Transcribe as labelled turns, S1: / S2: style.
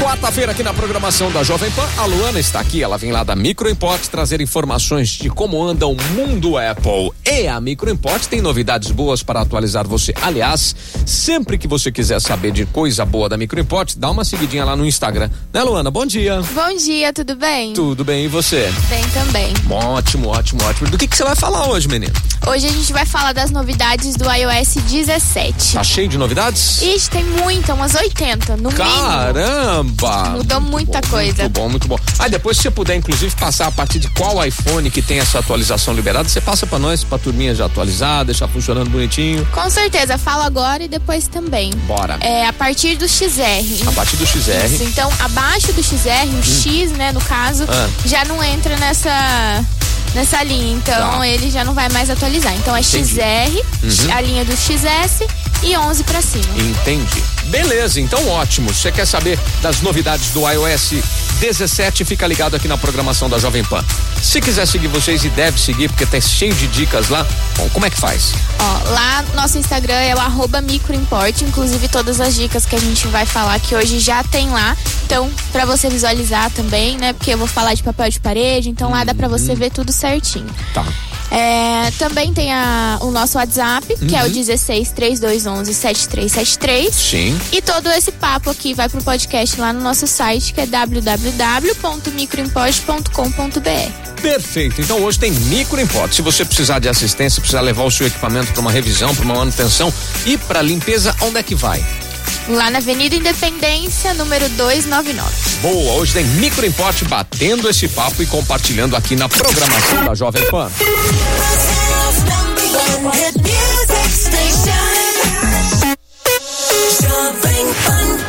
S1: Quarta-feira aqui na programação da Jovem Pan, a Luana está aqui, ela vem lá da Micro Import trazer informações de como anda o mundo Apple. E a Micro Import tem novidades boas para atualizar você. Aliás, sempre que você quiser saber de coisa boa da Micro Import, dá uma seguidinha lá no Instagram. Né, Luana? Bom dia.
S2: Bom dia, tudo bem?
S1: Tudo bem, e você?
S2: Bem também.
S1: Ótimo, ótimo, ótimo. Do que, que você vai falar hoje, menino?
S2: Hoje a gente vai falar das novidades do iOS 17.
S1: Tá cheio de novidades?
S2: Ixi, tem muita, umas 80, no mínimo.
S1: Caramba!
S2: Mudou muita
S1: bom,
S2: coisa.
S1: Muito bom, muito bom. Ah, depois se você puder, inclusive, passar a partir de qual iPhone que tem essa atualização liberada, você passa pra nós, pra turminha já atualizada, deixar funcionando bonitinho.
S2: Com certeza, falo agora e depois também.
S1: Bora.
S2: É, a partir do XR.
S1: A partir do XR.
S2: Isso, então, abaixo do XR, o X, né, no caso,
S1: Hum. Ah.
S2: já não entra nessa nessa linha. Então,
S1: Tá.
S2: ele já não vai mais atualizar. Então, é
S1: Entendi. Uhum.
S2: XR, a linha do XS e 11 pra cima.
S1: Entendi. Beleza, então ótimo. Você quer saber das novidades do iOS 17? Fica ligado aqui na programação da Jovem Pan. Se quiser seguir vocês e deve seguir, porque tem cheio de dicas lá. Bom, como é que faz?
S2: Ó, lá no nosso Instagram é o arroba microimport, inclusive todas as dicas que a gente vai falar aqui hoje já tem lá. Então, pra você visualizar também, né? Porque eu vou falar de papel de parede, então lá dá pra você ver tudo certinho.
S1: Tá.
S2: É, também tem a- o nosso WhatsApp, que é o 16 3211 7373.
S1: Sim.
S2: E todo esse papo aqui vai pro podcast lá no nosso site, que é www.microimport.com.br.
S1: Perfeito. Então hoje tem micro import. Se você precisar de assistência, precisar levar o seu equipamento para uma revisão, para uma manutenção e para limpeza, onde é que vai?
S2: Lá na Avenida Independência, número 299.
S1: Boa, hoje tem micro import batendo esse papo e compartilhando aqui na programação da Jovem Pan.
S3: Number one hit music station.